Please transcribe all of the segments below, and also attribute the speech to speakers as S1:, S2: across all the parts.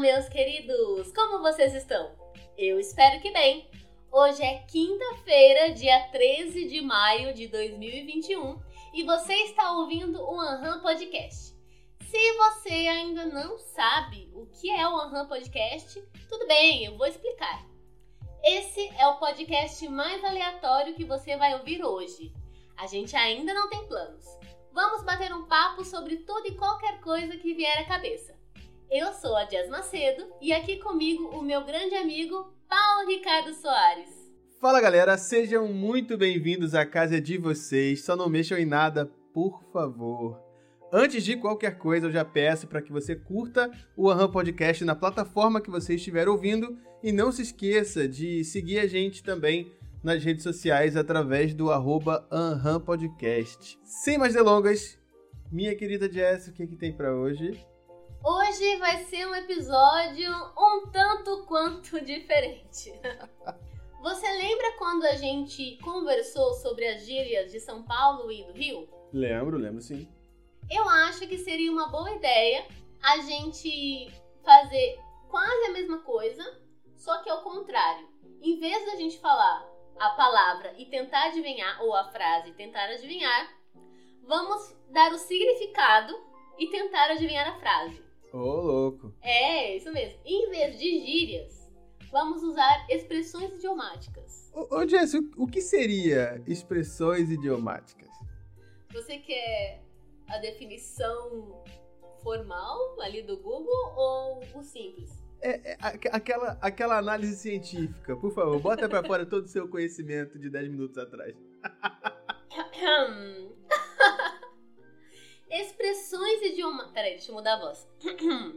S1: meus queridos! Como vocês estão? Eu espero que bem! Hoje é quinta-feira, dia 13 de maio de 2021 e você está ouvindo o Anham Podcast. Se você ainda não sabe o que é o Anham Podcast, tudo bem, eu vou explicar. Esse é o podcast mais aleatório que você vai ouvir hoje. A gente ainda não tem planos. Vamos bater um papo sobre tudo e qualquer coisa que vier à cabeça. Eu sou a Jazz Macedo e aqui comigo o meu grande amigo Paulo Ricardo Soares.
S2: Fala galera, sejam muito bem-vindos à casa de vocês. Só não mexam em nada, por favor. Antes de qualquer coisa, eu já peço para que você curta o Aham Podcast na plataforma que você estiver ouvindo e não se esqueça de seguir a gente também nas redes sociais através do arroba Aham Podcast. Sem mais delongas, minha querida Jess, o que, que tem para hoje?
S1: Hoje vai ser um episódio um tanto quanto diferente. Você lembra quando a gente conversou sobre as gírias de São Paulo e do Rio?
S2: Lembro, lembro sim.
S1: Eu acho que seria uma boa ideia a gente fazer quase a mesma coisa, só que ao contrário. Em vez da gente falar a palavra e tentar adivinhar, ou a frase e tentar adivinhar, vamos dar o significado e tentar adivinhar a frase.
S2: Ô, louco.
S1: É, isso mesmo. Em vez de gírias, vamos usar expressões idiomáticas.
S2: Ô, ô Jess, o- o que seria expressões idiomáticas?
S1: Você quer a definição formal ali do Google ou o simples?
S2: É, é, aqu- aquela, aquela análise científica, por favor, bota pra fora todo o seu conhecimento de 10 minutos atrás.
S1: Hum. Expressões idiomáticas. Peraí, deixa eu mudar a voz.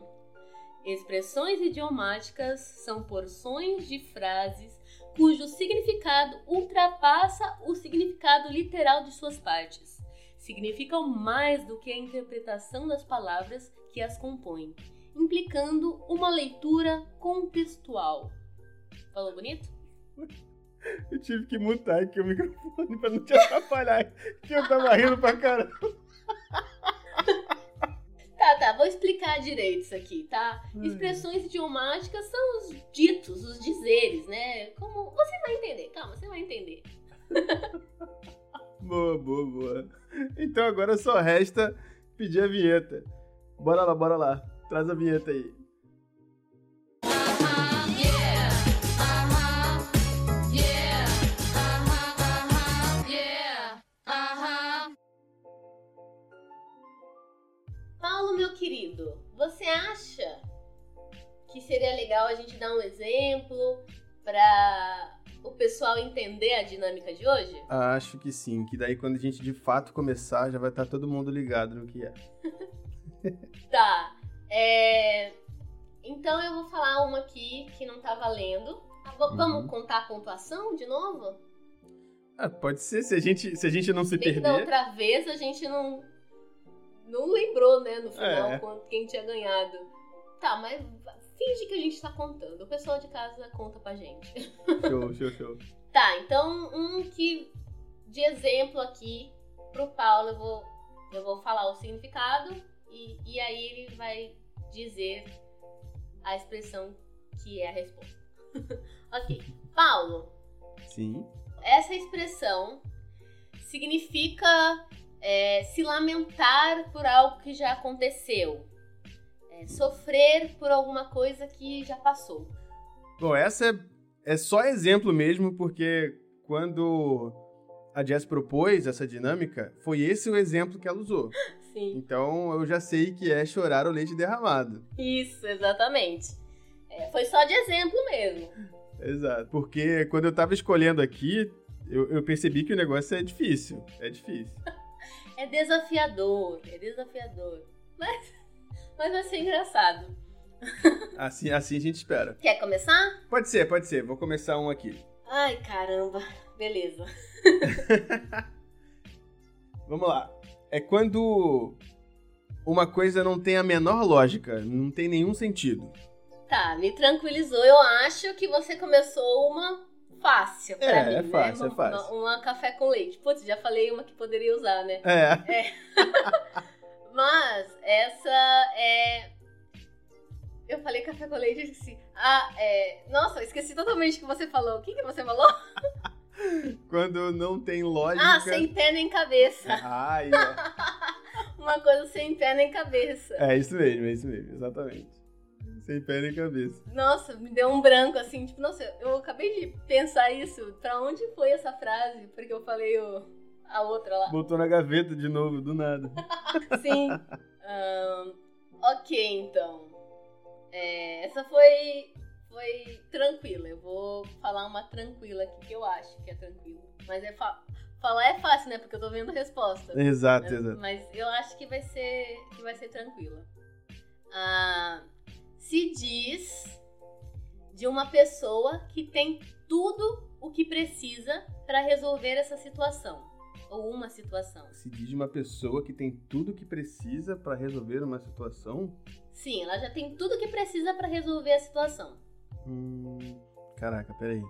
S1: Expressões idiomáticas são porções de frases cujo significado ultrapassa o significado literal de suas partes. Significam mais do que a interpretação das palavras que as compõem, implicando uma leitura contextual. Falou bonito?
S2: Eu tive que mutar aqui o microfone pra não te atrapalhar, que eu tava rindo pra caramba.
S1: Tá, tá, vou explicar direito isso aqui, tá?
S2: Ai.
S1: Expressões idiomáticas são os ditos, os dizeres, né? Como. Você vai entender, calma, você vai entender.
S2: Boa, boa, boa. Então agora só resta pedir a vinheta. Bora lá, bora lá. Traz a vinheta aí.
S1: Paulo, meu querido, você acha que seria legal a gente dar um exemplo pra o pessoal entender a dinâmica de hoje?
S2: Acho que sim, que daí quando a gente de fato começar, já vai estar todo mundo ligado no que é.
S1: Tá. É... Então eu vou falar uma aqui que não tá valendo. Ah, va-
S2: Uhum.
S1: Vamos contar a pontuação de novo?
S2: Ah, pode ser, se a gente, se a gente não se
S1: Bem que da
S2: perder.
S1: outra vez a gente não. Não lembrou, né, no final,
S2: É.
S1: quanto- quem tinha ganhado. Tá, mas finge que a gente tá contando. O pessoal de casa conta pra gente.
S2: Show, show, show.
S1: Tá, então um que. De exemplo aqui, pro Paulo, eu vou, eu vou falar o significado e, e aí ele vai dizer a expressão que é a resposta. ok. Paulo,
S2: Sim.
S1: essa expressão significa é, se lamentar por algo que já aconteceu, é, sofrer por alguma coisa que já passou.
S2: Bom, essa é, é só exemplo mesmo, porque quando a Jess propôs essa dinâmica, foi esse o exemplo que ela usou.
S1: Sim.
S2: Então eu já sei que é chorar o leite derramado.
S1: Isso, exatamente. É, foi só de exemplo mesmo.
S2: Exato. Porque quando eu tava escolhendo aqui, eu, eu percebi que o negócio é difícil. É difícil.
S1: É desafiador, é desafiador. Mas, mas vai ser engraçado.
S2: Assim, assim a gente espera.
S1: Quer começar?
S2: Pode ser, pode ser. Vou começar um aqui.
S1: Ai, caramba. Beleza.
S2: Vamos lá. É quando uma coisa não tem a menor lógica, não tem nenhum sentido.
S1: Tá, me tranquilizou. Eu acho que você começou uma fácil pra
S2: É,
S1: mim,
S2: é
S1: né?
S2: fácil,
S1: uma,
S2: é fácil.
S1: Uma, uma café com leite. Putz, já falei uma que poderia usar, né?
S2: É.
S1: Mas essa é Eu falei café com leite e esqueci. Ah, é. Nossa, esqueci totalmente o que você falou. O que, que você falou?
S2: Quando não tem lógica.
S1: Ah, sem pé nem cabeça.
S2: Ai, é.
S1: Uma coisa sem pé nem cabeça.
S2: é isso mesmo, é isso mesmo, exatamente. Sem pé nem cabeça.
S1: Nossa, me deu um branco assim, tipo, nossa, eu acabei de pensar isso. Pra onde foi essa frase? Porque eu falei o, a outra lá.
S2: Botou na gaveta de novo, do nada.
S1: Sim. Ahn, ok, então. É, essa foi, foi tranquila. Eu vou falar uma tranquila aqui, que eu acho que é tranquila. Mas é fa- falar é fácil, né? Porque eu tô vendo a resposta.
S2: Exato,
S1: Mas-
S2: exato.
S1: Mas eu acho que vai ser, que vai ser tranquila. Ah, se diz de uma pessoa que tem tudo o que precisa pra resolver essa situação. Ou uma situação.
S2: Se diz uma pessoa que tem tudo que precisa pra resolver uma situação.
S1: Sim, ela já tem tudo que precisa pra resolver a situação.
S2: Hum, caraca, peraí.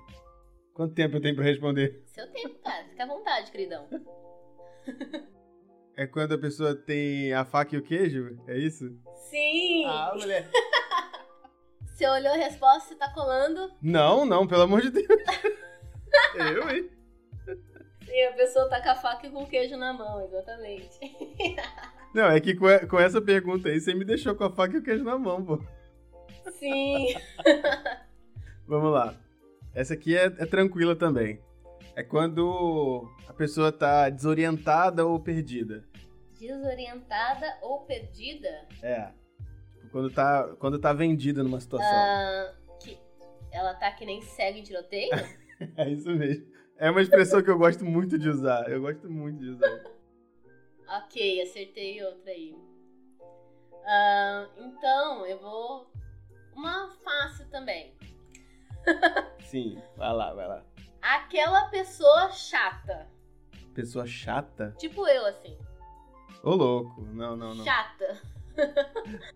S2: Quanto tempo eu tenho pra responder?
S1: Seu tempo, cara. Fica à vontade, queridão.
S2: É quando a pessoa tem a faca e o queijo? É isso?
S1: Sim!
S2: mulher.
S1: Ah. Você olhou a resposta, você tá colando.
S2: Não, não, pelo amor de Deus. eu, hein?
S1: E a pessoa tá com a faca e com o queijo na mão, exatamente.
S2: Não, é que com, e- com essa pergunta aí você me deixou com a faca e o queijo na mão, pô.
S1: Sim!
S2: Vamos lá. Essa aqui é, é tranquila também. É quando a pessoa tá desorientada ou perdida.
S1: Desorientada ou perdida?
S2: É. Tipo, Quando tá, quando tá vendida numa situação.
S1: Ah, que ela tá que nem cega em tiroteio?
S2: É isso mesmo. É uma expressão que eu gosto muito de usar. Eu gosto muito de usar.
S1: ok, acertei outra aí. Ah, então, eu vou. Uma fácil também.
S2: Sim, vai lá, vai lá.
S1: Aquela pessoa chata.
S2: Pessoa chata?
S1: Tipo eu, assim.
S2: Ô, louco. Não, não, não.
S1: Chata.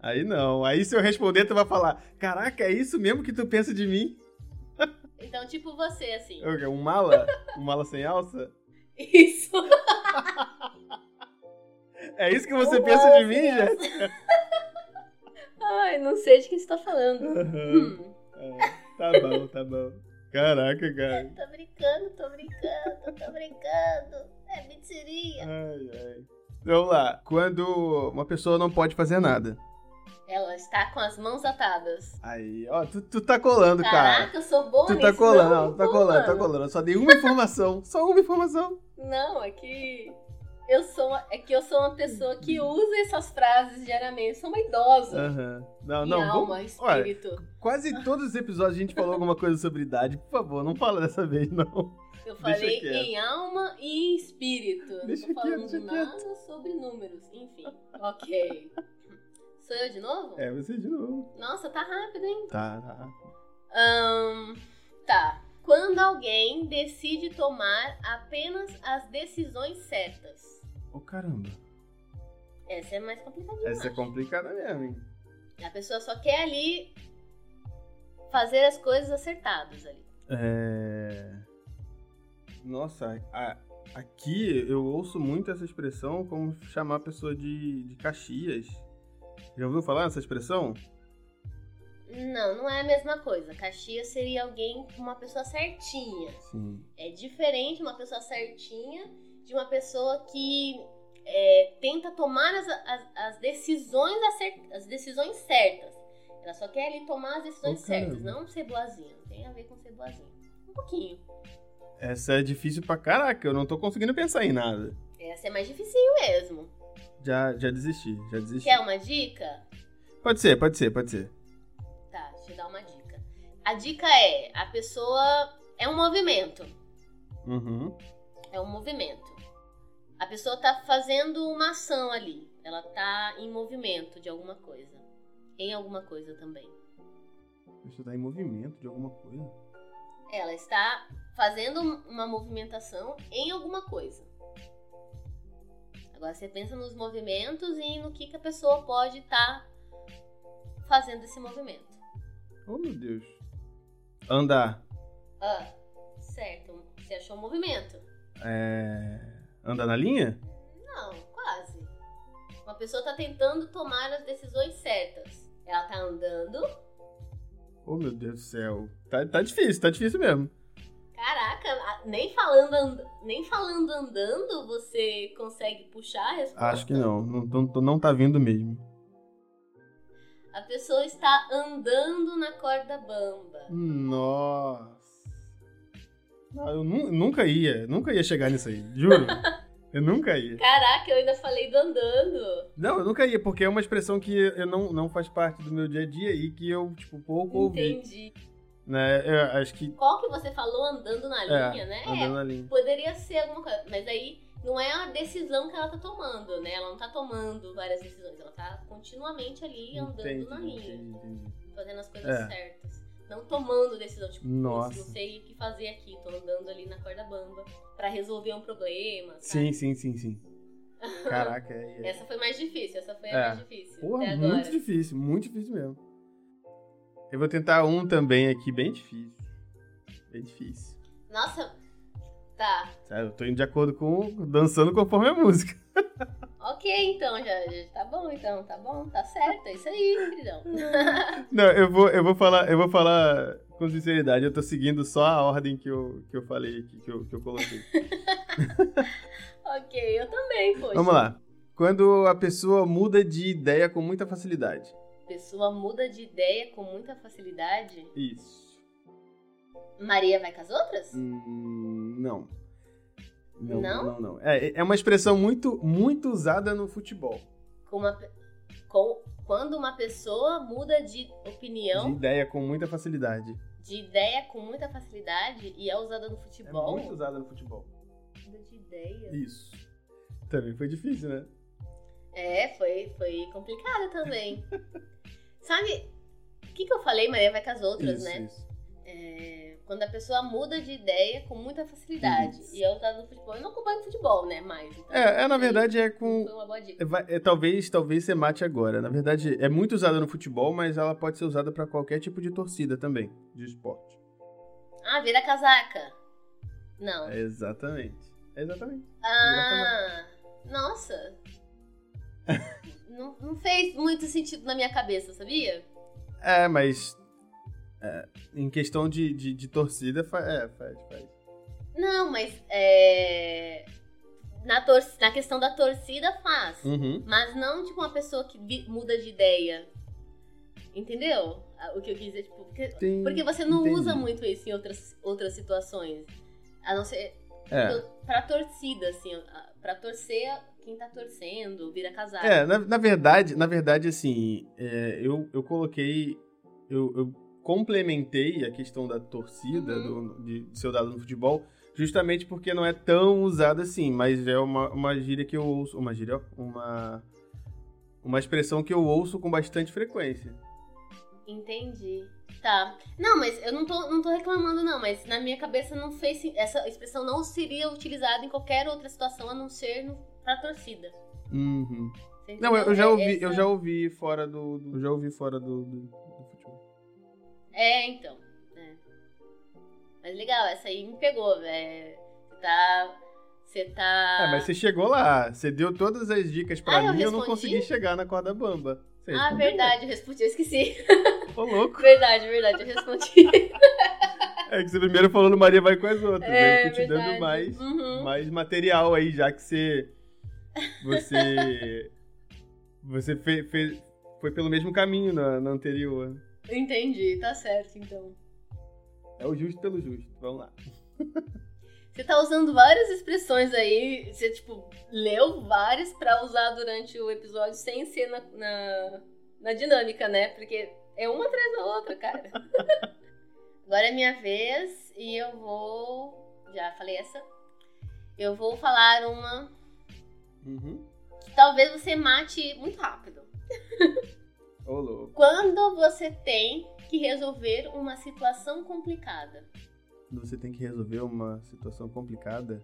S2: Aí não. Aí se eu responder, tu vai falar: Caraca, é isso mesmo que tu pensa de mim?
S1: Então, tipo você, assim.
S2: Eu- Um mala? Um mala sem alça?
S1: Isso.
S2: É isso que você
S1: Um
S2: pensa
S1: mala
S2: de mim,
S1: sem
S2: já?
S1: Ai, não sei de quem você tá falando.
S2: Aham.
S1: Hum,
S2: É, tá bom, tá bom. Caraca, cara.
S1: tô brincando, tô brincando, tô brincando. É mentirinha.
S2: Ai, ai. Vamos lá. Quando uma pessoa não pode fazer nada.
S1: Ela está com as mãos atadas.
S2: Aí, ó, tu, tu tá colando, cara.
S1: Caraca, eu sou boa
S2: Tu
S1: nisso.
S2: tá colando,
S1: não,
S2: não, tu tá
S1: tô,
S2: colando, tá
S1: mano.
S2: colando. Eu Só dei uma informação, só uma informação.
S1: Não, é que eu sou é que eu sou uma pessoa que usa essas frases diariamente. Eu sou uma idosa.
S2: Aham. Não,
S1: Minha
S2: É, não,
S1: alma,
S2: vamos... Olha,
S1: espírito.
S2: quase todos os episódios a gente falou alguma coisa sobre idade. Por favor, não fala dessa vez, não.
S1: eu
S2: deixa
S1: falei
S2: quieto.
S1: em alma e em espírito. Eu
S2: Deixa
S1: não tô falando
S2: quieto, deixa
S1: nada sobre números. Enfim. Ok. Sou eu de novo?
S2: É, você de novo.
S1: Nossa, tá rápido, hein?
S2: Tá, tá.
S1: Ahn, tá. Quando alguém decide tomar apenas as decisões certas.
S2: Ô, caramba.
S1: Essa é mais complicadinha.
S2: Essa é complicada mesmo, hein?
S1: A pessoa só quer ali fazer as coisas acertadas ali.
S2: É... Nossa, a- aqui eu ouço muito essa expressão como chamar a pessoa de, de Caxias. Já ouviu falar nessa expressão?
S1: Não, não é a mesma coisa. Caxias seria alguém, uma pessoa certinha.
S2: Sim.
S1: É diferente uma pessoa certinha de uma pessoa que é, tenta tomar as, as- as decisões acer- as decisões certas. Ela só quer ali tomar as decisões
S2: Ô, caramba.
S1: certas, não ser boazinha. Não tem a ver com ser boazinha. Um pouquinho.
S2: Essa é difícil pra caraca, eu não tô conseguindo pensar em nada.
S1: Essa é mais dificinho mesmo.
S2: Já, já desisti, já desisti.
S1: Quer uma dica?
S2: Pode ser, pode ser, pode ser.
S1: Tá, deixa eu dar uma dica. A dica é: a pessoa é um movimento.
S2: Uhum.
S1: É um movimento. A pessoa tá fazendo uma ação ali. Ela tá em movimento de alguma coisa. Em alguma coisa também.
S2: A pessoa tá em movimento de alguma coisa.
S1: Ela está fazendo um- uma movimentação em alguma coisa. Agora você pensa nos movimentos e no que, que a pessoa pode estar fazendo esse movimento.
S2: Oh, meu Deus. Andar.
S1: Ah, certo. Você achou o movimento?
S2: É... Andar na linha?
S1: Não, quase. Uma pessoa tá tentando tomar as decisões certas. Ela tá andando.
S2: Oh, meu Deus do céu. Tá, tá difícil, tá difícil mesmo.
S1: Caraca, a- nem falando, and- nem falando andando, você consegue puxar a resposta?
S2: Acho que não. Não, não, não tá vindo mesmo.
S1: A pessoa está andando na corda bamba.
S2: Nossa. Não, eu nu- nunca ia, nunca ia chegar nisso aí, juro. eu nunca ia.
S1: Caraca, eu ainda falei do andando.
S2: Não, eu nunca ia, porque é uma expressão que eu não, não faz parte do meu dia a dia e que eu, tipo, pouco ouvi.
S1: Entendi.
S2: Né? Eu acho que.
S1: Qual que você falou andando na
S2: É,
S1: linha, né?
S2: Andando na linha.
S1: É, poderia ser alguma coisa, mas aí não é uma decisão que ela tá tomando, né? Ela não tá tomando várias decisões, ela tá continuamente ali andando
S2: Entendi,
S1: na linha, Tá.
S2: entendi, entendi.
S1: fazendo as coisas
S2: É.
S1: certas. Não tomando decisão, tipo,
S2: Nossa.
S1: "Putz, não sei o que fazer aqui, tô andando ali na corda bamba pra resolver um problema. sabe?
S2: Sim, sim, sim, sim. Caraca, é. é.
S1: Essa foi mais difícil, essa foi a
S2: É.
S1: mais difícil. até
S2: Porra,
S1: agora.
S2: muito difícil, muito difícil mesmo. Eu vou tentar um também aqui, bem difícil. Bem difícil.
S1: Nossa, tá.
S2: Sabe, eu tô indo de acordo com. dançando conforme a música.
S1: Ok, então, já, já tá bom, então, tá bom, tá certo, é isso aí, queridão.
S2: Não, eu vou, eu vou falar, eu vou falar com sinceridade, eu tô seguindo só a ordem que eu, que eu falei aqui, que eu, que eu coloquei.
S1: ok, eu também, poxa.
S2: Vamos lá. Quando a pessoa muda de ideia com muita facilidade.
S1: Pessoa muda de ideia com muita facilidade.
S2: Isso.
S1: Maria vai com as outras?
S2: Hum, não. Não,
S1: Não?
S2: não, não. É, é uma expressão muito, muito usada no futebol.
S1: Com uma, pe- com, quando uma pessoa muda de opinião,
S2: De ideia com muita facilidade.
S1: de ideia com muita facilidade e é usada no
S2: É
S1: futebol.
S2: muito usada no futebol.
S1: Muda de ideia.
S2: Isso. Também foi difícil, né?
S1: É, foi, foi complicado também. Sabe, o que, que eu falei, Maria vai com as outras,
S2: isso,
S1: né?
S2: isso.
S1: É, quando a pessoa muda de ideia com muita facilidade.
S2: Isso.
S1: E eu tava no futebol. Eu não acompanho futebol, né? Mais. então,
S2: É, é, na verdade, é com,
S1: Foi uma boa dica.
S2: É, vai- é, talvez, talvez você mate agora. Na verdade, é muito usada no futebol, mas ela pode ser usada pra qualquer tipo de torcida também, de esporte.
S1: Ah, vira casaca. Não.
S2: É, exatamente. É exatamente.
S1: ah, nossa. não, não fez muito sentido na minha cabeça, sabia?
S2: É, mas é, em questão de, de, de torcida, fa- é, faz, faz.
S1: Não, mas é. Na, tor na questão da torcida faz.
S2: Uhum.
S1: Mas não tipo uma pessoa que vi- muda de ideia. Entendeu? Ah, O que eu quis dizer, tipo, porque
S2: Tem-
S1: Porque você não
S2: Entendi.
S1: usa muito isso em outras, outras situações. A não ser
S2: É,
S1: pra torcida, assim. a- Pra torcer, quem tá torcendo, vira casaca.
S2: É, na, na verdade, na verdade, assim, é, eu, eu coloquei. Eu, eu complementei a questão da torcida,
S1: Uhum.
S2: do, de, de ser usada no futebol, justamente porque não é tão usada assim, mas é uma, uma gíria que eu ouço. Uma gíria, ó, uma. Uma expressão que eu ouço com bastante frequência.
S1: Entendi. Tá. Não, mas eu não tô, não tô reclamando, não. Mas na minha cabeça não fez. sen- Essa expressão não seria utilizada em qualquer outra situação a não ser no, pra torcida.
S2: Uhum.
S1: Você
S2: Não, eu, eu
S1: entendeu?
S2: já
S1: É-
S2: ouvi,
S1: essa-
S2: eu já ouvi fora do. do- eu já ouvi fora do, do- do futebol.
S1: É, então. é. Mas legal, essa aí me pegou, velho. Você tá. Você tá.
S2: É, mas você chegou lá, você deu todas as dicas pra
S1: Ah, eu
S2: mim e eu não
S1: respondi?
S2: consegui chegar na corda bamba. Você
S1: Ah,
S2: respondeu bem.
S1: verdade, eu respondi, eu esqueci.
S2: Ô, louco.
S1: Verdade, verdade, eu respondi.
S2: É que você primeiro falou no Maria vai com as outras. né? eu fui te
S1: É, verdade.
S2: dando mais,
S1: Uhum.
S2: mais material aí, já que você. Você. você fe, fe- foi pelo mesmo caminho na, na anterior.
S1: Entendi, tá certo então.
S2: É o justo pelo justo. Vamos lá.
S1: Você tá usando várias expressões aí, você tipo, leu várias pra usar durante o episódio sem ser na, na, na dinâmica, né? Porque é uma atrás da outra, cara. Agora é minha vez e eu vou. Já falei essa. Eu vou falar uma
S2: Uhum.
S1: que talvez você mate muito rápido.
S2: Ô, louco.
S1: Quando você tem que resolver uma situação complicada.
S2: Você tem que resolver uma situação complicada.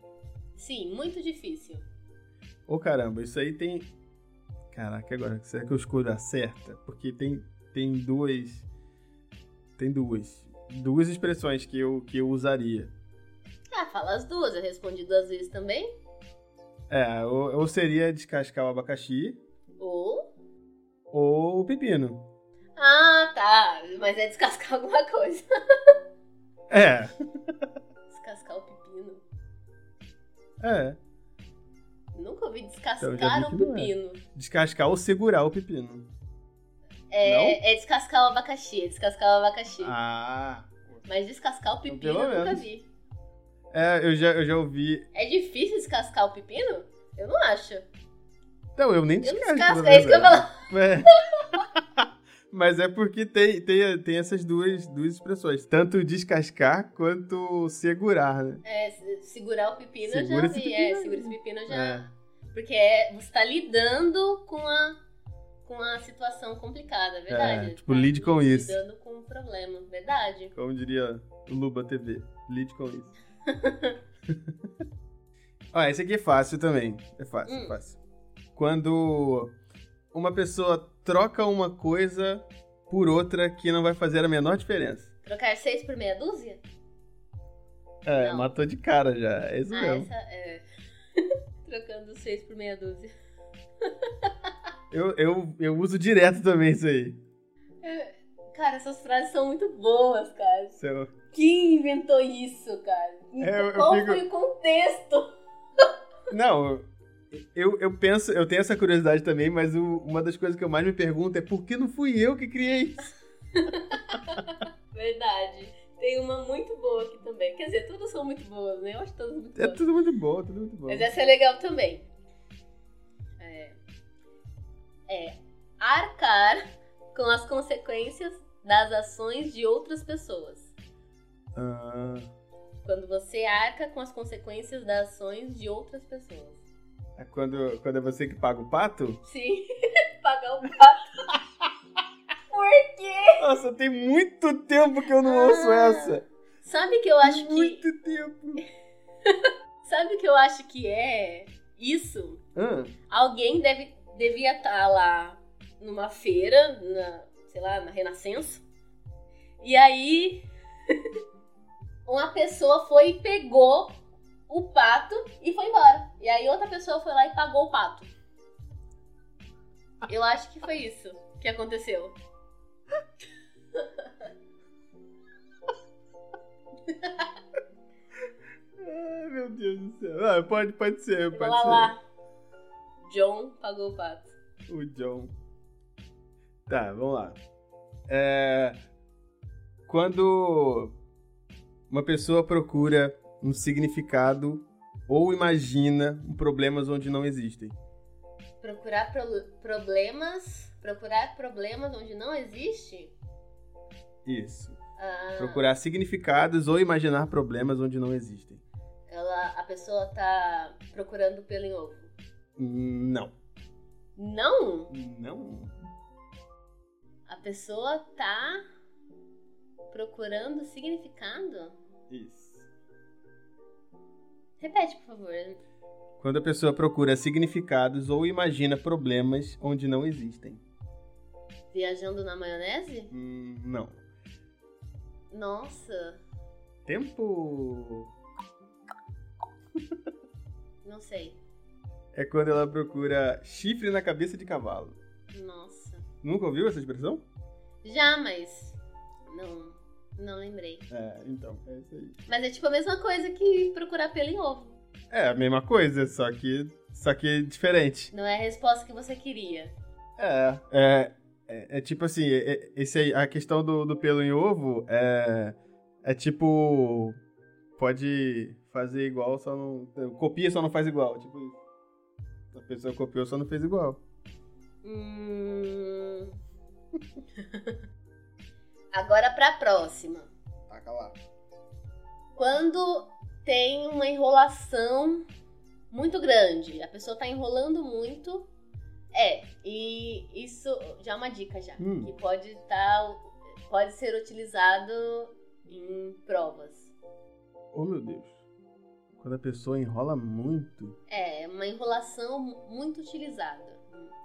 S1: Sim, muito difícil.
S2: Ô, caramba, isso aí tem. Caraca, agora, será que eu escolho a certa? Porque tem, tem duas. Tem duas. Duas expressões que eu, que eu usaria.
S1: Ah, fala as duas. Eu respondi duas vezes também.
S2: É, ou, ou seria descascar o abacaxi
S1: Ou.
S2: ou o pepino.
S1: Ah, mas é descascar alguma coisa.
S2: É,
S1: Descascar o pepino.
S2: é.
S1: Nunca ouvi
S2: Então, já
S1: descascar
S2: vi
S1: o
S2: que não é.
S1: pepino.
S2: Descascar ou segurar o pepino.
S1: É, é descascar o abacaxi, é descascar o abacaxi.
S2: Ah. Então,
S1: Mas descascar o pepino
S2: pelo
S1: eu nunca
S2: menos.
S1: vi.
S2: É, eu já, eu já ouvi.
S1: É difícil descascar o pepino? Eu não acho.
S2: Não, eu nem
S1: Eu não descasco,
S2: descasco. na
S1: é isso que eu ia
S2: verdade.
S1: falar.
S2: É. Mas é porque tem, tem, tem essas duas, duas expressões. Tanto descascar quanto segurar, né?
S1: É, se- segurar o pepino eu já
S2: Segura esse
S1: vi.
S2: pepino
S1: É,
S2: aí.
S1: segura esse pepino eu já.
S2: É.
S1: Porque é, você tá lidando com a, com a situação complicada, é verdade.
S2: É, tipo,
S1: Tá
S2: lide com isso.
S1: Lidando com o problema, é verdade.
S2: Como diria Luba TV. Lide com isso. Ó, esse aqui é fácil também. É fácil, é
S1: Hum.
S2: fácil. Quando uma pessoa troca uma coisa por outra que não vai fazer a menor diferença.
S1: Trocar seis por meia dúzia?
S2: É,
S1: Não.
S2: matou de cara já. É isso
S1: ah,
S2: mesmo.
S1: essa é. Trocando seis por meia dúzia.
S2: Eu, eu, eu uso direto também isso aí.
S1: É, Cara, essas frases são muito boas, cara.
S2: Isso é eu-
S1: Quem inventou isso, cara? Então,
S2: É, eu- eu
S1: Qual
S2: fico-
S1: foi o contexto?
S2: Não, eu, eu penso, eu tenho essa curiosidade também, mas o- uma das coisas que eu mais me pergunto é por que não fui eu que criei?
S1: Verdade. Tem uma muito boa aqui também. Quer dizer, todas são muito boas, né? Eu acho todas muito
S2: É
S1: boas.
S2: tudo muito bom, tudo muito bom.
S1: Mas essa é legal também. É, é arcar com as consequências das ações de outras pessoas.
S2: Ah,
S1: Quando você arca com as consequências das ações de outras pessoas.
S2: é quando, quando é você que paga o pato?
S1: Sim, pagar o pato. Por quê?
S2: Nossa, tem muito tempo que eu não ouço
S1: Ah,
S2: essa.
S1: Sabe que eu acho que.
S2: muito tempo.
S1: Sabe o que eu acho que é isso?
S2: Ah,
S1: Alguém deve, devia estar lá numa feira, na, sei lá, na Renascença. E aí uma pessoa foi e pegou o pato e foi embora. E aí outra pessoa foi lá e pagou o pato. Eu acho que foi isso que aconteceu.
S2: Ai, meu Deus do céu. Ah, pode, pode ser, pode
S1: lá
S2: ser.
S1: lá. John pagou o pato.
S2: O John. Tá, vamos lá. É, quando uma pessoa procura um significado ou imagina um problemas onde não existem.
S1: Procurar pro- problemas. Procurar problemas onde não existe?
S2: Isso.
S1: Ah,
S2: Procurar significados ou imaginar problemas onde não existem.
S1: ela, a pessoa tá procurando pelo em ovo.
S2: Hum, Não.
S1: Não!
S2: Não.
S1: A pessoa tá procurando significado?
S2: Isso.
S1: Repete, por favor.
S2: Quando a pessoa procura significados ou imagina problemas onde não existem.
S1: Viajando na maionese?
S2: Hum, Não.
S1: Nossa,
S2: Tempo.
S1: não sei.
S2: É quando ela procura chifre na cabeça de cavalo.
S1: Nossa.
S2: Nunca ouviu essa expressão?
S1: Já, mas. Não, não lembrei.
S2: É, então, é isso aí.
S1: Mas é tipo a mesma coisa que procurar pelo em ovo.
S2: É a mesma coisa, só que. Só que diferente.
S1: Não é a resposta que você queria.
S2: É. É, é, é tipo assim, é- é- esse aí, a questão do, do pelo em ovo é. É tipo. Pode fazer igual, só não. Copia, só não faz igual. Tipo isso. A pessoa copiou, só não fez igual.
S1: Hum. Agora pra próxima.
S2: Taca lá.
S1: Quando tem uma enrolação muito grande, a pessoa tá enrolando muito. É, e isso já é uma dica já,
S2: Hum.
S1: que pode tá, pode ser utilizado em provas.
S2: Oh, meu Deus. Quando a pessoa enrola muito.
S1: É, uma enrolação mu- muito utilizada.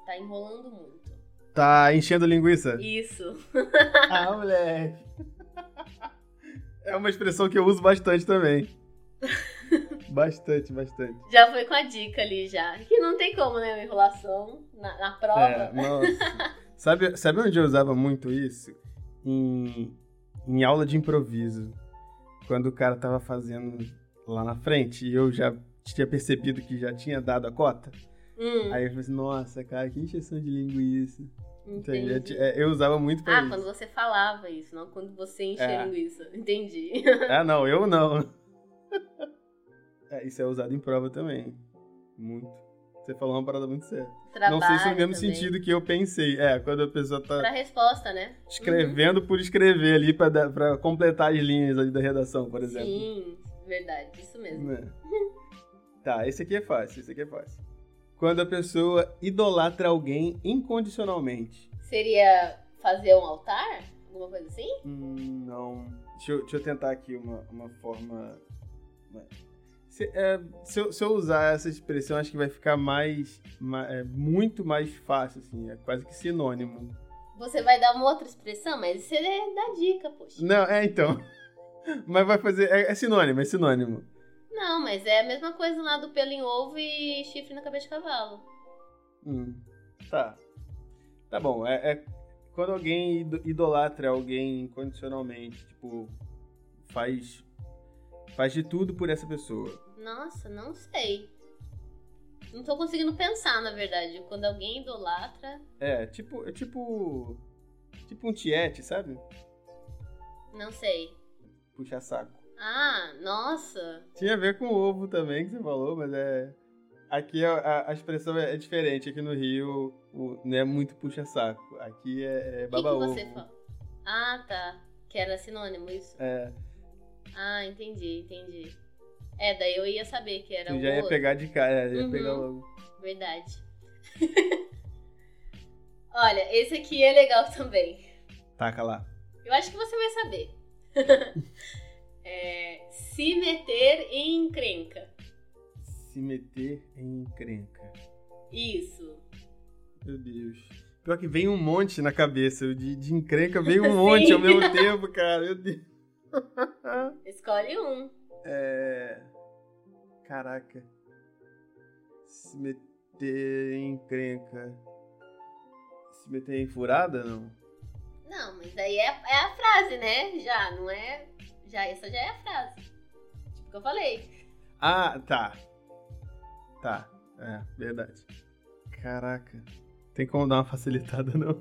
S1: Tá enrolando muito.
S2: Tá enchendo linguiça?
S1: Isso.
S2: Ah, moleque. É uma expressão que eu uso bastante também. Bastante, bastante.
S1: Já foi com a dica ali já. Que não tem como, né? Uma enrolação na, na prova.
S2: É, nossa. Sabe, sabe onde eu usava muito isso? em, em aula de improviso, quando o cara tava fazendo lá na frente e eu já tinha percebido que já tinha dado a cota.
S1: Hum,
S2: Aí eu falei assim, nossa, cara, que injeção de linguiça. Entendi. Eu,
S1: entendi.
S2: ti- é, eu usava muito pra
S1: Ah,
S2: isso.
S1: quando você falava isso, não quando você encheu
S2: É.
S1: linguiça. Entendi.
S2: Ah, não, eu não. É, isso é usado em prova também. Muito. Você falou uma parada muito séria. não sei se é o
S1: Trabalho também.
S2: mesmo sentido que eu pensei. É, quando a pessoa tá
S1: Pra resposta, né?
S2: escrevendo por escrever ali pra, dar- pra completar as linhas ali da redação, por exemplo.
S1: Sim, verdade, isso mesmo.
S2: Né? Tá, esse aqui é fácil, esse aqui é fácil. Quando a pessoa idolatra alguém incondicionalmente.
S1: Seria fazer um altar? Alguma coisa assim?
S2: Hum, não. Deixa eu, deixa eu tentar aqui uma, uma forma. uma- Se, é, se eu, se eu usar essa expressão, acho que vai ficar mais. ma- é, muito mais fácil, assim. É quase que sinônimo.
S1: Você vai dar uma outra expressão, mas você dá dica, poxa.
S2: Não, é então. Mas vai fazer. É, é sinônimo, é sinônimo.
S1: Não, mas é a mesma coisa lá do pelo em ovo e chifre na cabeça de cavalo.
S2: Hum, tá. Tá bom. É, é quando alguém ido- idolatra alguém incondicionalmente, tipo, faz faz de tudo por essa pessoa.
S1: Nossa, não sei. Não tô conseguindo pensar, na verdade. Quando alguém idolatra,
S2: É, tipo, é tipo tipo um tiete, sabe?
S1: não sei.
S2: Puxar saco.
S1: Ah, nossa.
S2: Tinha a ver com ovo também que você falou, mas é aqui a- a, a expressão é, é diferente. Aqui no Rio o- não é muito puxa saco. Aqui é,
S1: O
S2: é
S1: que,
S2: baba
S1: que
S2: ovo.
S1: você fala? Ah, tá. Que era sinônimo isso?
S2: É,
S1: Ah, entendi, entendi. É, daí eu ia saber que era
S2: tu
S1: o
S2: já ia
S1: outro.
S2: pegar de cara, já ia
S1: Uhum.
S2: pegar logo.
S1: Verdade. Olha, esse aqui é legal também.
S2: Taca lá.
S1: Eu acho que você vai saber. É, se meter em encrenca.
S2: Se meter em encrenca.
S1: Isso.
S2: Meu Deus. Pior que vem um monte na cabeça. De, de encrenca veio um
S1: Sim.
S2: monte ao mesmo tempo, cara. Meu Deus.
S1: Escolhe um.
S2: É. Caraca. Se meter em encrenca. Se meter em furada, não?
S1: Não, mas daí é, é a frase, né? Já, não é. Já, essa já é a frase. Tipo que eu falei.
S2: Ah, tá. Tá. É, verdade. Caraca. Tem como dar uma facilitada, não?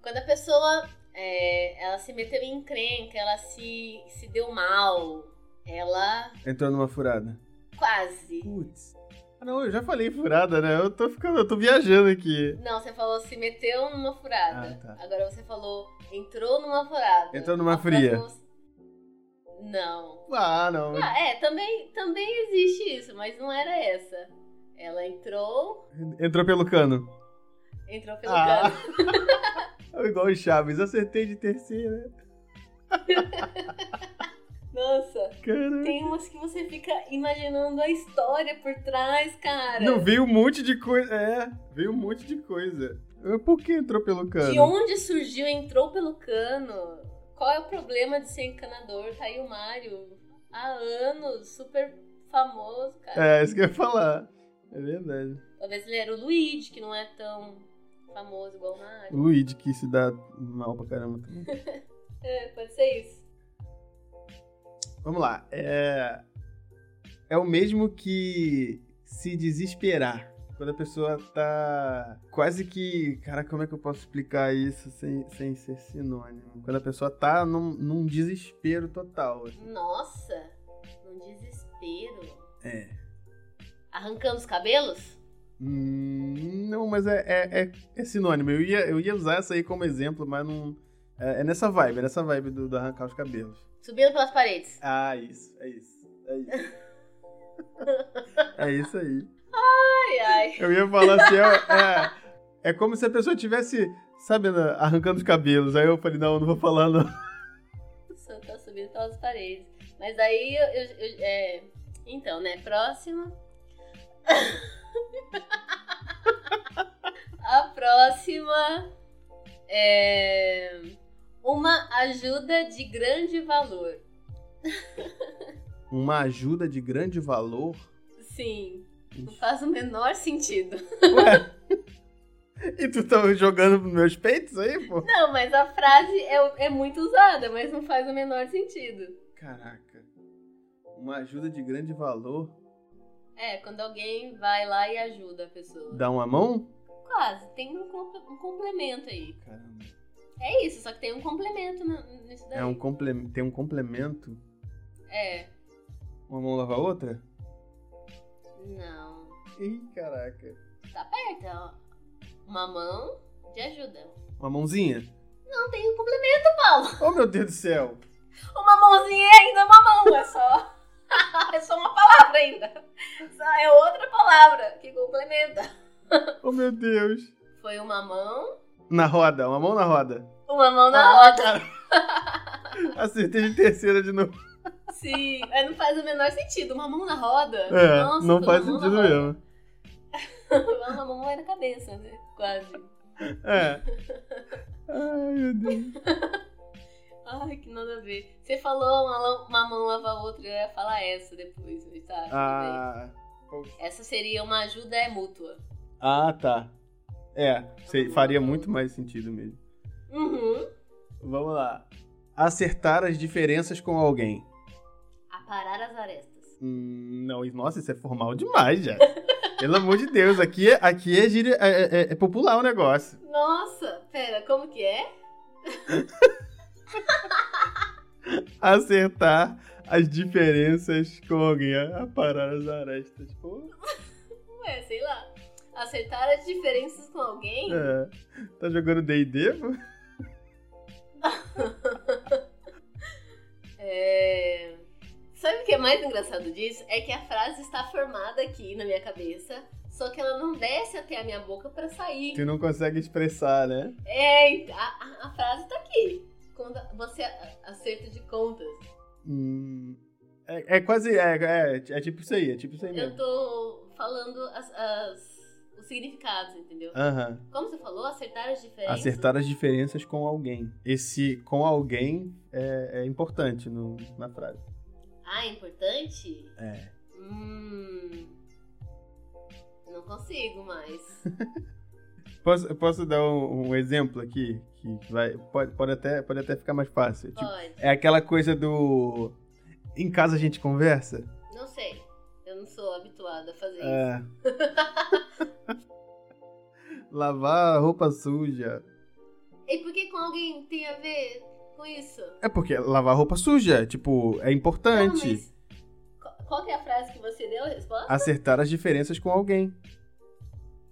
S1: Quando a pessoa é, ela se meteu em encrenca, ela se, se deu mal, ela
S2: Entrou numa furada.
S1: quase.
S2: Putz. Ah, não, eu já falei furada, né? Eu tô ficando, eu tô viajando aqui.
S1: Não, você falou se meteu numa furada.
S2: Ah, tá.
S1: Agora você falou entrou numa furada.
S2: Entrou numa
S1: A próxima
S2: fria.
S1: você- Não.
S2: Ah, não.
S1: Ah, é, também, também existe isso, mas não era essa. Ela entrou,
S2: Entrou pelo cano.
S1: entrou pelo
S2: Ah.
S1: cano.
S2: É igual o Chaves, acertei de terceira.
S1: Nossa,
S2: Cara.
S1: tem umas que você fica imaginando a história por trás, cara.
S2: Não, veio um monte de coisa. É, veio um monte de coisa. Mas Por que entrou pelo cano?
S1: De onde surgiu, entrou pelo cano? Qual é o problema de ser encanador? Tá aí o Mário há anos, super famoso, cara.
S2: É, isso que eu ia falar. É verdade.
S1: Talvez ele era o Luigi, que não é tão famoso igual o Mário.
S2: O Luigi que se dá mal pra caramba também.
S1: É, pode ser isso.
S2: Vamos lá. É. É o mesmo que se desesperar. Quando a pessoa tá quase que. Cara, como é que eu posso explicar isso sem, sem ser sinônimo? Quando a pessoa tá num, num desespero total. assim.
S1: Nossa, um desespero.
S2: É.
S1: Arrancando os cabelos?
S2: Hum, não, mas é, é, é- é sinônimo. Eu ia, eu ia usar essa aí como exemplo, mas não. É, é nessa vibe, é nessa vibe do, do arrancar os cabelos.
S1: Subindo pelas paredes.
S2: Ah, isso, é isso. É isso. é isso aí.
S1: Ai, ai.
S2: Eu ia falar assim, é, é, é como se a pessoa tivesse, sabe, na- arrancando os cabelos. Aí eu falei, não, não vou falar, não.
S1: Só tá subindo pelas paredes. Mas aí eu. eu- eu- é... Então, né? Próxima. A próxima é. Uma ajuda de grande valor.
S2: Uma ajuda de grande valor.
S1: Sim, não faz o menor sentido.
S2: Ué, E tu tá jogando nos meus peitos aí, pô?
S1: Não, mas a frase é, é muito usada, mas não faz o menor sentido.
S2: Caraca. Uma ajuda de grande valor.
S1: É, quando alguém vai lá e ajuda a pessoa.
S2: Dá uma mão?
S1: Quase, tem um, comp- um complemento aí.
S2: Caramba.
S1: É isso, só que tem um complemento no- nisso daí.
S2: É um comple... Tem um complemento?
S1: É,
S2: Uma mão lava a outra?
S1: não.
S2: Ih, caraca.
S1: Tá perto, ó. Uma mão de ajuda.
S2: Uma mãozinha?
S1: Não tem um complemento, Paulo.
S2: Oh, meu Deus do céu.
S1: Uma mãozinha é ainda uma mão, é só. é só uma palavra ainda. Só é outra palavra que complementa.
S2: Oh, meu Deus.
S1: Foi uma mão,
S2: Na roda, uma mão na roda.
S1: uma mão na
S2: Ah,
S1: roda.
S2: cara. Acertei de terceira de novo.
S1: Sim, é, não faz o menor sentido. Uma mão na roda?
S2: É,
S1: Nossa,
S2: não
S1: foi
S2: faz
S1: uma mão
S2: sentido
S1: na roda.
S2: mesmo.
S1: uma mão vai na cabeça, né? Quase.
S2: É. Ai, meu Deus.
S1: Ai, que nada a ver. Você falou uma, la- uma mão lava a outra, eu ia falar essa depois, mas tá? tudo
S2: Ah,
S1: bem. Essa seria uma ajuda é mútua.
S2: ah tá. É, sei- faria muito mais sentido mesmo.
S1: Uhum.
S2: Vamos lá. Acertar as diferenças com alguém.
S1: Aparar as arestas.
S2: Hum, não, nossa, isso é formal demais, já. Pelo amor de Deus, aqui, é- aqui é, gíria- é- é- é popular o negócio.
S1: Nossa, pera, como que é?
S2: Acertar as diferenças com alguém. é Aparar as arestas. Pô.
S1: Ué, é? sei lá. Acertar as diferenças com alguém?
S2: É. Tá jogando D&D, pô?
S1: É... Sabe o que é mais engraçado disso? É que a frase está formada aqui na minha cabeça, só que ela não desce até a minha boca pra sair.
S2: Tu não consegue expressar, né?
S1: É, ent- a, a- a frase tá aqui. Quando você a- acerta de contas.
S2: Hum. É, é quase. É, é, é tipo isso aí, é tipo isso aí
S1: Eu
S2: mesmo.
S1: tô falando as- as- os significados, entendeu?
S2: Aham.
S1: Como você falou, acertar as diferenças.
S2: Ah. Acertar as diferenças com alguém. Esse com alguém é, é importante no- na frase.
S1: Ah, é importante?
S2: É.
S1: Hum. Não consigo mais.
S2: Posso, eu posso dar um, um exemplo aqui? Que vai, pode, pode, até, pode até ficar mais fácil. Tipo,
S1: Pode.
S2: é aquela coisa do. Em casa a gente conversa?
S1: Não sei. Eu não sou habituada a fazer isso.
S2: Tipo- É. Lavar roupa suja.
S1: E por que com alguém tem a ver com isso?
S2: É porque lavar roupa suja, tipo, é
S1: Não,
S2: importante
S1: mas qu- qual que é a frase que você deu a resposta?
S2: acertar as diferenças com alguém.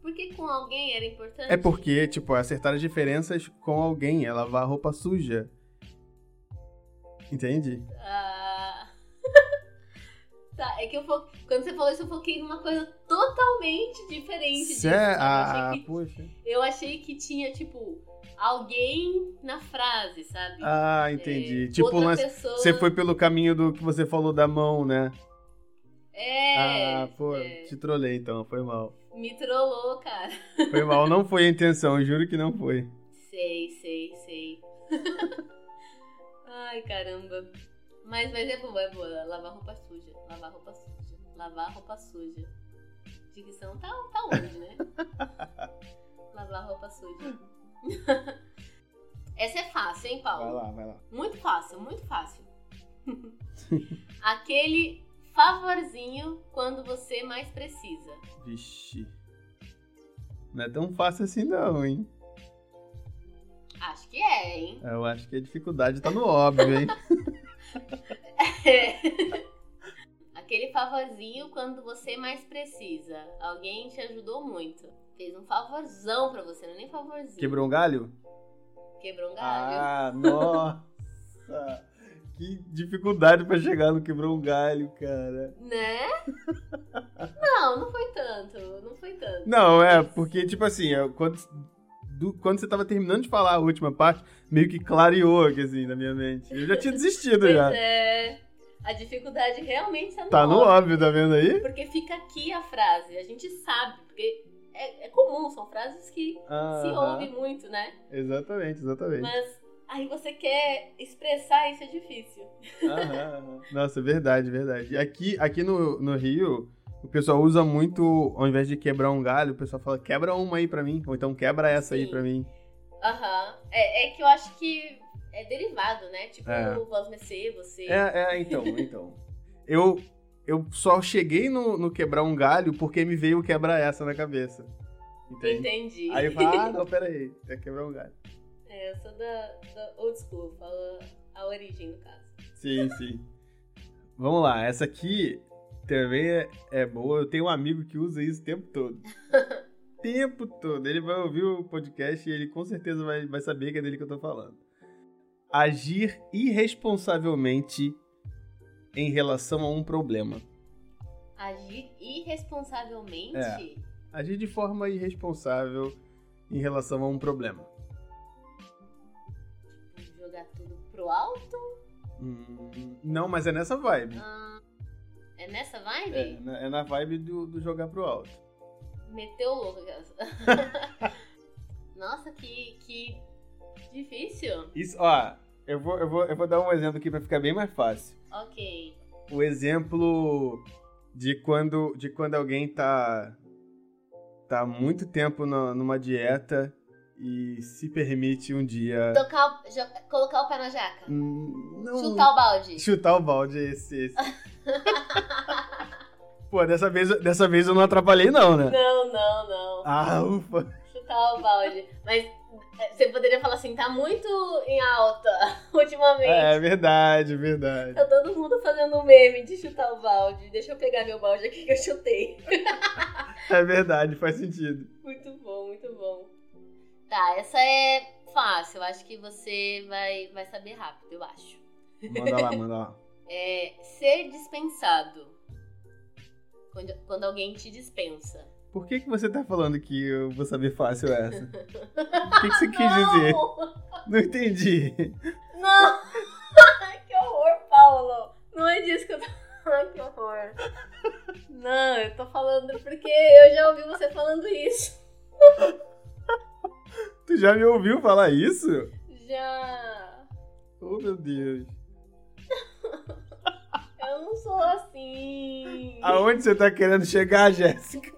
S1: Por que com alguém era importante?
S2: É porque, tipo, acertar as diferenças com alguém é lavar roupa suja. Entende?
S1: Ah. tá, é que eu fo... quando você falou isso, eu foquei numa coisa totalmente diferente disso.
S2: Cé-
S1: sabe? eu,
S2: Ah,
S1: achei que...
S2: poxa.
S1: eu achei que tinha, tipo, alguém na frase, sabe?
S2: Ah,
S1: É,
S2: entendi. tipo,
S1: outra
S2: lance-
S1: pessoa...
S2: você foi pelo caminho do que você falou da mão, né?
S1: É,
S2: ah, pô,
S1: é.
S2: te trolei então, foi mal.
S1: me trollou, cara.
S2: Foi mal, não foi a intenção, juro que não foi.
S1: Sei, sei, sei. Ai, caramba. Mas, mas é boa, é boa. Lavar roupa suja, lavar roupa suja, lavar roupa suja. Dicção tá, tá onde, né? lavar roupa suja. Essa é fácil, hein,
S2: Vai
S1: Paulo?
S2: lá, vai lá.
S1: Muito fácil, muito fácil. Aquele favorzinho quando você mais precisa.
S2: Vixe. Não é tão fácil assim não, hein?
S1: Acho que é, hein?
S2: Eu acho que a dificuldade tá no óbvio, hein?
S1: Aquele favorzinho quando você mais precisa. Alguém te ajudou muito. Fez um favorzão pra você, não é nem favorzinho.
S2: Quebrou um galho?
S1: Quebrou um galho.
S2: Ah, nossa! que dificuldade pra chegar no quebrou um galho, cara.
S1: Né? não, não foi tanto. Não foi tanto.
S2: Não, é, porque, tipo assim, é, quando, do- quando você tava terminando de falar a última parte, meio que clareou, aqui, assim, na minha mente. Eu já tinha desistido
S1: Pois
S2: já.
S1: é. A dificuldade realmente tá no,
S2: Tá no
S1: óbvio.
S2: óbvio, tá vendo aí?
S1: Porque fica aqui a frase. A gente sabe, porque é, é comum, são frases que se
S2: Aham.
S1: ouve muito, né?
S2: Exatamente, exatamente.
S1: Mas aí você quer expressar isso é difícil.
S2: Aham, aham. Nossa, verdade, verdade. Aqui, aqui no, no Rio, O pessoal usa muito, ao invés de quebrar um galho, o pessoal fala, quebra uma aí pra mim, ou então quebra essa aí
S1: Sim.
S2: pra mim.
S1: Aham. É, é que eu acho que é derivado, né? Tipo,
S2: É.
S1: você, você.
S2: É, é, então, então. Eu, eu só cheguei no, no quebrar um galho porque me veio quebrar essa na cabeça. Entende?
S1: Entendi.
S2: Aí eu falo, ah, não, peraí, é quebrar um galho.
S1: É, eu sou da, da old school, falo a origem, no caso.
S2: Sim, sim. Vamos lá, essa aqui também é, é boa. Eu tenho um amigo que usa isso o tempo todo. tempo todo. Ele vai ouvir o podcast e ele com certeza vai, vai saber que é dele que eu tô falando. Agir irresponsavelmente em relação a um problema.
S1: Agir irresponsavelmente?
S2: Agir de forma irresponsável em relação a um problema.
S1: Tipo, Jogar tudo pro alto?
S2: Hum, não, mas é nessa vibe.
S1: Ah, é nessa
S2: É,
S1: vibe?
S2: na- é na vibe do, do jogar pro alto. É.
S1: Meteu louco. aquelas. Nossa, que, que difícil.
S2: Isso, ó, eu vou, eu, vou, eu vou dar um exemplo aqui pra ficar bem mais fácil.
S1: Ok.
S2: O exemplo de quando, de quando alguém tá, tá há muito tempo na- numa dieta e se permite um dia.
S1: Tocar, o- jo- colocar o pé na jaca.
S2: Hum, não-
S1: Chutar o balde.
S2: chutar o balde, esse. esse. Pô, dessa vez, dessa vez eu não atrapalhei, não, né?
S1: Não, não, não.
S2: Ah, ufa.
S1: Chutar o balde. Mas é, você poderia falar assim, tá muito em alta ultimamente.
S2: É verdade, verdade.
S1: Tá todo mundo fazendo um meme de chutar o balde. Deixa eu pegar meu balde aqui que eu chutei.
S2: É verdade, faz sentido.
S1: Muito bom, muito bom. Tá, essa é fácil. Eu acho que você vai, vai saber rápido, eu acho.
S2: Manda lá, manda lá.
S1: É ser dispensado. Quando, quando alguém te dispensa.
S2: Por que, que você tá falando que eu vou saber fácil essa? O que, que você quis
S1: não!
S2: dizer? Não entendi.
S1: Não! que horror, Paulo! Não é disso que eu tô falando, que horror. Não, eu tô falando porque eu já ouvi você falando isso.
S2: Tu já me ouviu falar isso?
S1: Já.
S2: Oh, meu Deus.
S1: Eu não sou assim.
S2: Aonde você tá querendo chegar, Jéssica?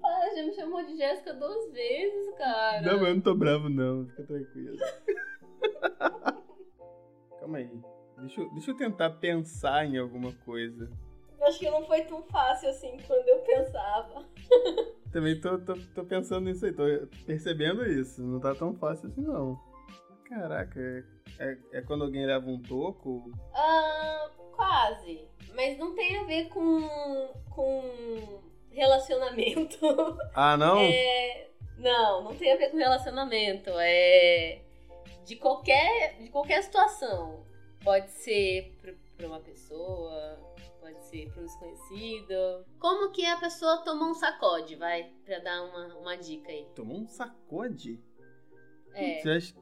S1: Para, já me chamou de Jéssica duas vezes, cara.
S2: Não, mas eu não tô bravo, não. Fica tranquilo. Calma aí. Deixa eu, deixa eu tentar pensar em alguma coisa.
S1: Acho que não foi tão fácil assim quando eu pensava.
S2: Também tô, tô, tô pensando nisso aí, tô percebendo isso. Não tá tão fácil assim, não. Caraca, é, é- é quando alguém leva um toco?
S1: Ah, quase. Mas não tem a ver com, com relacionamento.
S2: Ah, não?
S1: É, não, não tem a ver com relacionamento. É de qualquer, de qualquer situação. Pode ser pra- pra uma pessoa, pode ser pra um desconhecido. Como que a pessoa tomou um sacode, vai? Pra dar uma, uma dica aí.
S2: Tomou um sacode?
S1: É.
S2: Putz, eu acho-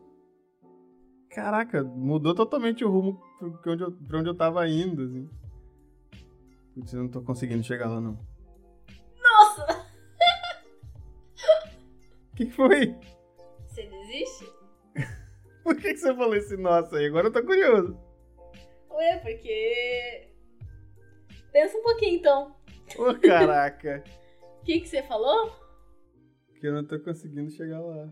S2: Caraca, mudou totalmente o rumo pro- pra onde eu, pra onde eu tava indo, assim. Putz, eu não tô conseguindo chegar lá, não.
S1: Nossa!
S2: O que que foi? é.
S1: Você desiste?
S2: Por que, que você falou esse nossa aí? Agora eu tô curioso.
S1: Ué, porque. Pensa um pouquinho então.
S2: Ô, caraca.
S1: O que, que você falou?
S2: que eu não tô conseguindo chegar lá.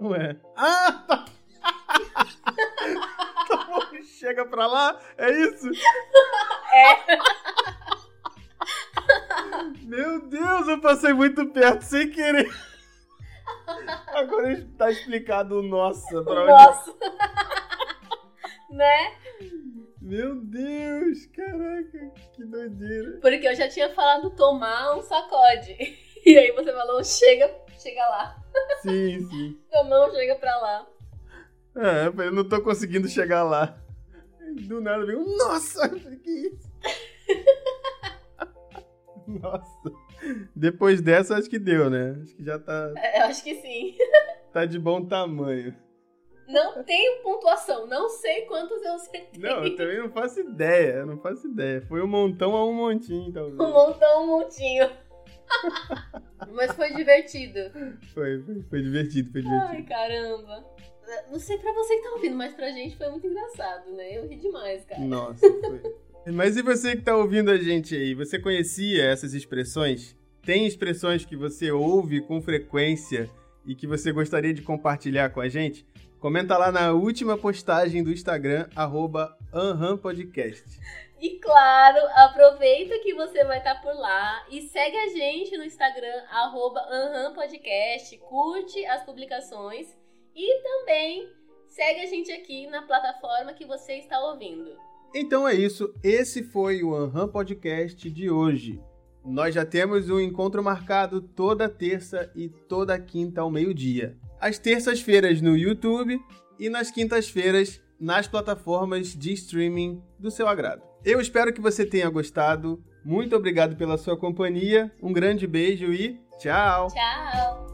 S2: Ué. Ah! Tá, tá bom, chega pra lá, é isso? É. Meu Deus, eu passei muito perto sem querer. Agora tá explicado o nossa pra onde.
S1: Nossa! né?
S2: Meu Deus, caraca, que doideira.
S1: Porque eu já tinha falado tomar um sacode. E aí você falou, chega, chega lá.
S2: Sim, sim.
S1: Tomar um chega pra lá.
S2: É, eu falei, eu não tô conseguindo chegar lá. Do nada veio, um, nossa, eu falei, que isso? nossa. Depois dessa, acho que deu, né? Acho que já tá,
S1: É, Eu acho que sim.
S2: tá de bom tamanho.
S1: Não tenho pontuação, não sei quantos eu acertei.
S2: Não, eu também não faço ideia, eu não faço ideia. Foi um montão a um montinho, talvez.
S1: Um montão, um montinho. Mas foi divertido.
S2: Foi, foi, foi divertido, foi
S1: Ai,
S2: divertido.
S1: caramba. Não sei pra você que tá ouvindo, mas pra gente foi muito engraçado, né? Eu ri demais, cara.
S2: Nossa, foi. Mas e você que tá ouvindo a gente aí? Você conhecia essas expressões? Tem expressões que você ouve com frequência e que você gostaria de compartilhar com a gente? Comenta lá na última postagem do Instagram, arroba anhampodcast.
S1: E claro, aproveita que você vai estar por lá e segue a gente no Instagram, arroba anhampodcast, curte as publicações e também segue a gente aqui na plataforma que você está ouvindo.
S2: Então é isso, esse foi o Anham Podcast de hoje. Nós já temos um encontro marcado toda terça e toda quinta ao meio-dia. Às terças-feiras no YouTube e nas quintas-feiras nas plataformas de streaming do seu agrado. Eu espero que você tenha gostado. Muito obrigado pela sua companhia. Um grande beijo e tchau!
S1: Tchau!